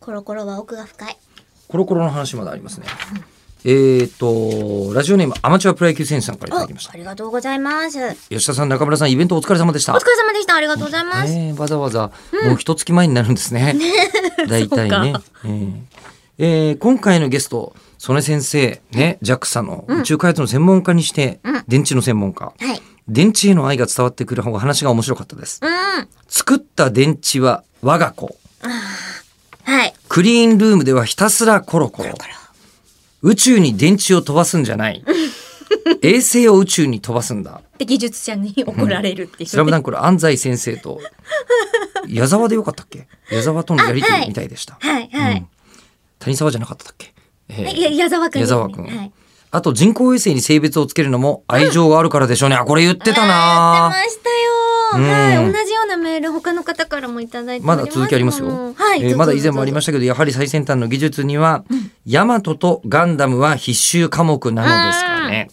コロコロは奥が深い。コロコロの話まだありますね。えっと、ラジオネームアマチュアプロ野球選手さんからいただきましお、あた。りがとうございます。お疲吉田さん、中村さん、イベントお疲れ様でした。れ様でした。ありがとうございます。ねえわざわざ、もう一月前になるんですね。 大体ね。えええー今回のゲスト、曽根先生、ね、ジャックさんの宇宙開発の専門家にして、電池の専門家。はい。電池への愛が伝わってくる方が話が面白かったです。うん。作った電池は我が子。はい。クリーンルームではひたすらコロコロ。宇宙に電池を飛ばすんじゃ ない。衛星を宇宙に飛ばすんだ。で、技術者に怒られるっていう。スラムダンクの安西先生と、矢沢でよかったっけ矢沢とのやりとりみたいでした。はい、はい。谷沢じゃなかったっけ、ええーや矢沢くん、矢沢君、はい。あと人工衛星に性別をつけるのも愛情があるからでしょうね。あ、これ言ってたなあーやーってましたよ。うはんい。同じようなメール、他の方からもいただいておまりだます続きありますもよん。はい。えーまだ以前もありまししたけど、やはり最先端の技術には、ヤマトとガンダムは必修科目なのですかね。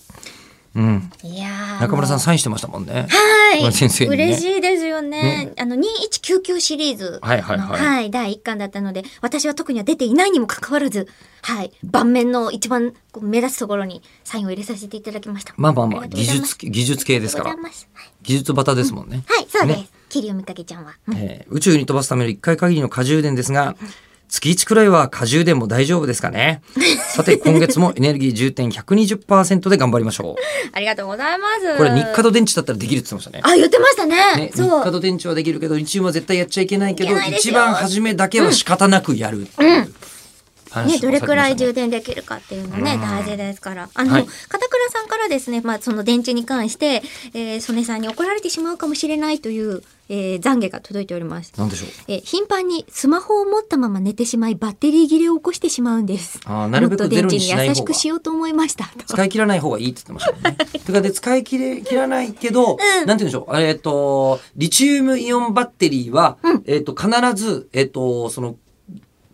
うん。た。いやー中村さんもサインしてましたもんね。うは村い。先生にね嬉しいですよね。あの、2199シリーズの。はいはいはい第1巻だったので、私は特には出ていないにもかかわらず、はい。盤面の一番こう目立つところにサインを入れさせていただきました。まあまあまあ、りがとうござ技います術、技術系ですかあらり。がとうございますはい技術バタですもんね。はい、そうですね。桐生美影ちゃんは。えー宇宙に飛ばすための1回限りの過充電ですが、月1くらいは過充電も大丈夫です かね。さて、今月もエネルギー充填120%で頑張りましょう。 ありがとうございます。これ、日課と電池だったらできるって言ってましたね。あ、言ってましたね。ね、日そ課う。と電池はできるけど、リチウムは絶対やっちゃいけないけいど、けないです一よ番初めだけは仕方なくやるっていう話ね、どれくらい充充電できるかっていうのね、大事ですから。あの、はい片倉さんからですね、まあ、その電池に関して、えー、曽根さんに怒られてしまうかもしれないという、えー、懺悔が届いております。なんでしょう。えー頻繁にスマホを持ったまま寝てしまい、バッテリー切れを起こしてしまうんです。あーなるべくもっとゼ電ロ池ににしない方が優しくしようと思いました。使い切らない方がいいって言ってましたもんね。てかで使い切れ切らないけど、なんて言うんでしょう。えっ、とリチウムイオンバッテリーは、えっ、と必ずえっ、とその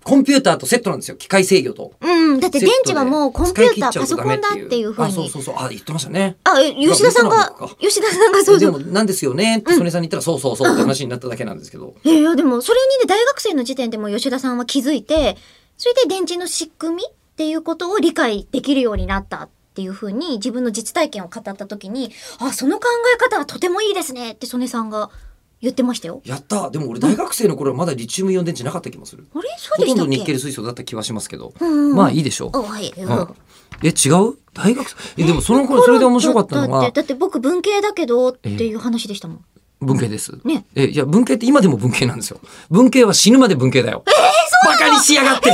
コンピューターとセットなんですよ。機械制御と。うん、だって電池はもうコンピューター、パソコンだっていうふうあ、そうにそ。うそう。あ、言ってましたね。あ、え吉田さんまあが僕らもか、吉田さんがそうでそうも。なんですよねって曽根さんに言ったら、そうそうそうって話になっただけなんですけど。いやいや、でも、それにね、大学生の時点でも吉田さんは気づいて、それで電池の仕組みっていうことを理解できるようになったっていうふうに、自分の実体験を語った時に、あ、その考え方はとてもいいですねって、曽根さんが言ってましたよ。やったでも俺大学生の頃はまだリチウムイオン電池なかった気もする。あれそうほでとしんたどっニッケけル水素だった気はしますけど。うんうんまあいいでしょうあ、。はい。うんうんえ、違う大学生え、でもその頃それで面白かったのだがて、だって僕文系だけどっていう話でしたもん。文系です。ねえ、いや、文系って今でも文系なんですよ。文系は死ぬまで文系だよ。えバカにしやがって、